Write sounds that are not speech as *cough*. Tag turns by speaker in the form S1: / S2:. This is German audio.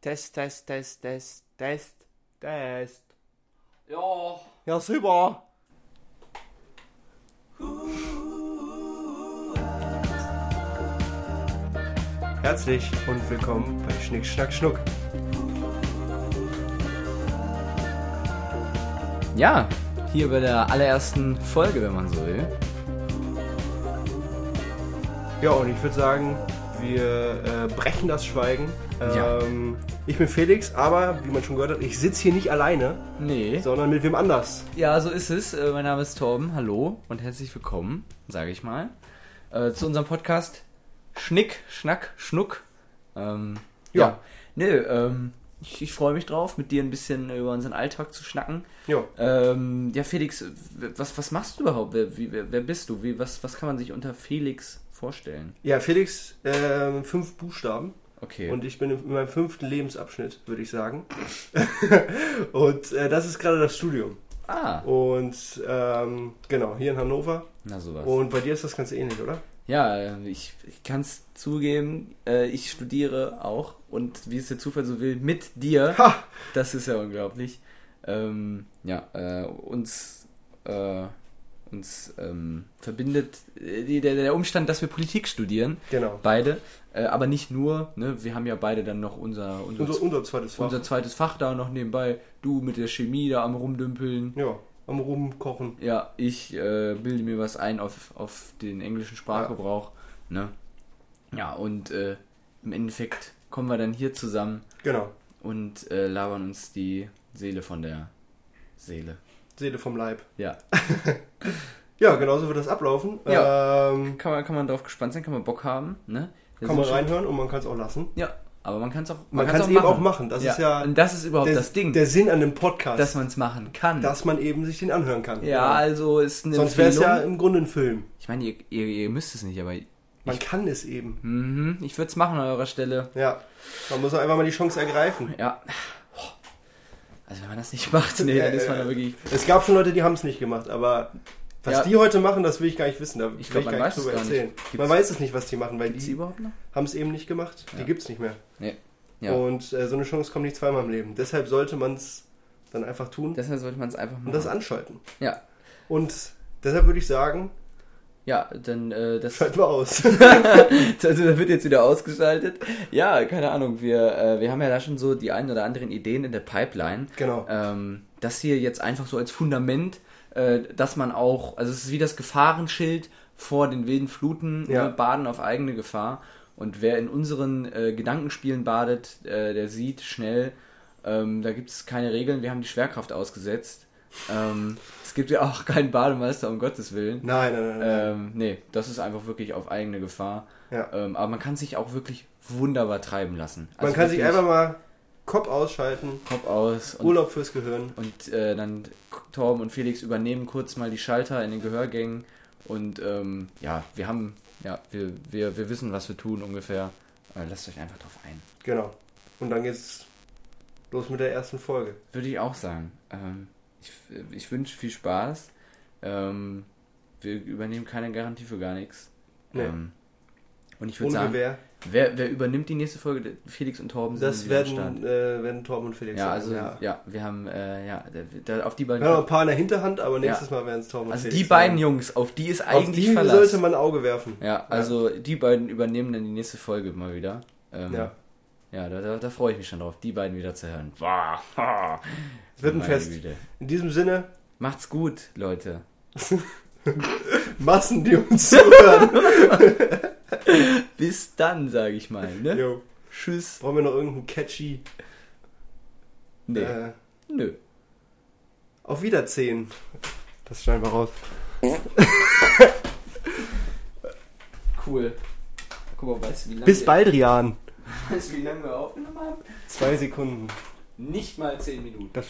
S1: Test, Test, Test, Test, Test, Test.
S2: Ja.
S1: Ja, super.
S3: Herzlich und willkommen bei Schnick, Schnack, Schnuck.
S2: Ja, hier bei der allerersten Folge, wenn man so will.
S3: Ja, und ich würde sagen, wir äh, brechen das Schweigen.
S2: Ja.
S3: Ähm, Ich bin Felix, aber wie man schon gehört hat, ich sitze hier nicht alleine,
S2: Nee.
S3: sondern mit wem anders.
S2: Ja, so ist es. Äh, Mein Name ist Torben. Hallo und herzlich willkommen, sage ich mal, äh, zu unserem Podcast Schnick, Schnack, Schnuck. Ähm, ja.
S3: Ja.
S2: Nee, ähm, ich, ich freue mich drauf, mit dir ein bisschen über unseren Alltag zu schnacken.
S3: Ja.
S2: Ähm, ja, Felix, w- was, was machst du überhaupt? Wer, wie, wer, wer bist du? Wie, was, was kann man sich unter Felix vorstellen?
S3: Ja, Felix, ähm, fünf Buchstaben.
S2: Okay.
S3: Und ich bin in meinem fünften Lebensabschnitt, würde ich sagen. *laughs* und äh, das ist gerade das Studium.
S2: ah,
S3: Und ähm, genau, hier in Hannover.
S2: na sowas.
S3: Und bei dir ist das ganz ähnlich, oder?
S2: Ja, äh, ich, ich kann es zugeben, äh, ich studiere auch und wie es der Zufall so will, mit dir.
S3: Ha!
S2: Das ist ja unglaublich. Ähm, ja, äh, uns, äh, uns ähm, verbindet äh, die, der, der Umstand, dass wir Politik studieren,
S3: Genau.
S2: beide, äh, aber nicht nur. Ne? Wir haben ja beide dann noch unser, unser,
S3: Unser, unser zweites Fach.
S2: unser zweites Fach da noch nebenbei. Du mit der Chemie da am Rumdümpeln.
S3: ja, am Rumkochen.
S2: Ja, ich äh, bilde mir was ein auf, auf den englischen Sprachgebrauch. Ne? Ja, und äh, im Endeffekt kommen wir dann hier zusammen
S3: Genau.
S2: und äh, labern uns die Seele von der Seele.
S3: Seele vom Leib.
S2: Ja,
S3: Ja, genauso wird das ablaufen. Ähm,
S2: kann man, kann man drauf gespannt sein, kann man Bock haben. Ne? Wir sind
S3: kann man
S2: schon-
S3: reinhören und man kann es auch lassen.
S2: Ja, aber man kann es auch
S3: Man
S2: kann's
S3: kann es eben auch machen. Das
S2: ja.
S3: ist ja
S2: und das ist überhaupt
S3: der,
S2: das Ding,
S3: der Sinn an dem Podcast,
S2: dass
S3: dass,
S2: man es machen kann.
S3: man eben sich den anhören kann.
S2: ja, also ist eine
S3: Sonst wäre es ja
S2: Empfehlung.
S3: im Grunde ein Film.
S2: Ich meine, ihr, ihr, ihr müsst es nicht, aber
S3: Man kann es eben.
S2: mhm, ich würde es machen an eurer Stelle.
S3: Ja, man muss einfach mal die Chance ergreifen.
S2: Ja. Also wenn man das nicht macht, nee, dann ist man da wirklich.
S3: Es gab schon Leute, die haben es nicht gemacht, aber was
S2: Ja.
S3: die heute machen, das will ich gar nicht wissen. Da will
S2: glaub, man
S3: gar
S2: weiß es gar nicht. Gibt's-
S3: Man weiß es nicht, was die machen, weil
S2: Gibt's die
S3: die
S2: überhaupt noch?
S3: haben es eben nicht gemacht.
S2: Ja.
S3: Die gibt es nicht mehr.
S2: Nee. Ja.
S3: Und äh, so eine Chance kommt nicht zweimal im Leben. Deshalb sollte man es dann einfach tun
S2: Deshalb sollte man es einfach
S3: und das
S2: machen.
S3: anschalten.
S2: Ja.
S3: Und deshalb würde ich sagen,
S2: Ja, dann äh, das
S3: schalten wir aus.
S2: *laughs*
S3: *laughs*
S2: also das wird jetzt wieder ausgeschaltet. Ja, keine Ahnung, wir äh, wir haben ja da schon so die ein oder anderen Ideen in der Pipeline.
S3: genau.
S2: Ähm, das hier jetzt einfach so als Fundament, äh, dass man auch, also es ist wie das Gefahrenschild vor den wilden Fluten,
S3: Ja.
S2: ne, baden auf eigene Gefahr. Und wer in unseren äh, Gedankenspielen badet, äh, der sieht schnell, ähm, da gibt es keine Regeln, wir haben die Schwerkraft ausgesetzt. Ähm, es gibt ja auch keinen Bademeister, um Gottes Willen.
S3: Nein, nein, nein. nein.
S2: Ähm, nee, das ist einfach wirklich auf eigene Gefahr.
S3: Ja.
S2: Ähm, aber man kann sich auch wirklich wunderbar treiben lassen.
S3: man
S2: Also
S3: kann sich
S2: wirklich
S3: einfach mal Kopf ausschalten,
S2: Kopf aus und
S3: Urlaub fürs Gehirn.
S2: und äh, dann Torben und Felix übernehmen kurz mal die Schalter in den Gehörgängen. Und ähm, ja, wir haben, ja, wir, wir, wir wissen, was wir tun ungefähr. Äh, lasst euch einfach drauf ein.
S3: Genau. Und dann geht's los mit der ersten Folge.
S2: Würde ich auch sagen. Ähm, ich ich wünsche viel Spaß. Ähm, wir übernehmen keine Garantie für gar nichts.
S3: Nee.
S2: Ähm, und ich würde
S3: Ohne
S2: sagen,
S3: Gewehr.
S2: wer, wer übernimmt die nächste Folge? Felix und Torben sind
S3: Das
S2: wieder am Start.
S3: werden, äh, werden Torben und Felix
S2: Um Ja,
S3: sein,
S2: also, ja. wir haben, äh, ja, da, da, auf die beiden.
S3: Wir haben noch ein paar in der Hinterhand, aber nächstes
S2: Ja.
S3: Mal werden es Torben und
S2: also
S3: Felix
S2: die beiden
S3: sein.
S2: Jungs, auf die ist
S3: Auf
S2: eigentlich
S3: die
S2: Verlass.
S3: sollte man ein Auge werfen.
S2: Ja, also die beiden übernehmen dann die nächste Folge mal wieder. Ähm, ja.
S3: Ja.
S2: Ja, da, da, da freue ich mich schon drauf, die beiden wieder zu hören. Boah, ha.
S3: Es wird ein
S2: Meine
S3: Fest.
S2: Güte.
S3: In diesem Sinne,
S2: Macht's gut, Leute.
S3: Massen, die uns *laughs* zuhören.
S2: Bis dann, sage ich mal. Ne?
S3: Jo.
S2: Tschüss.
S3: Brauchen wir noch irgendeinen catchy...
S2: Nee.
S3: Äh,
S2: Nö.
S3: auf Wiedersehen. Das schneiden wir raus.
S2: Cool. Guck mal, weißt du, wie lange *laughs*
S3: Bis bald, Rian.
S2: Weißt du, wie lange wir aufgenommen haben?
S3: Zwei Sekunden.
S2: Nicht mal 10 Minuten.
S3: Das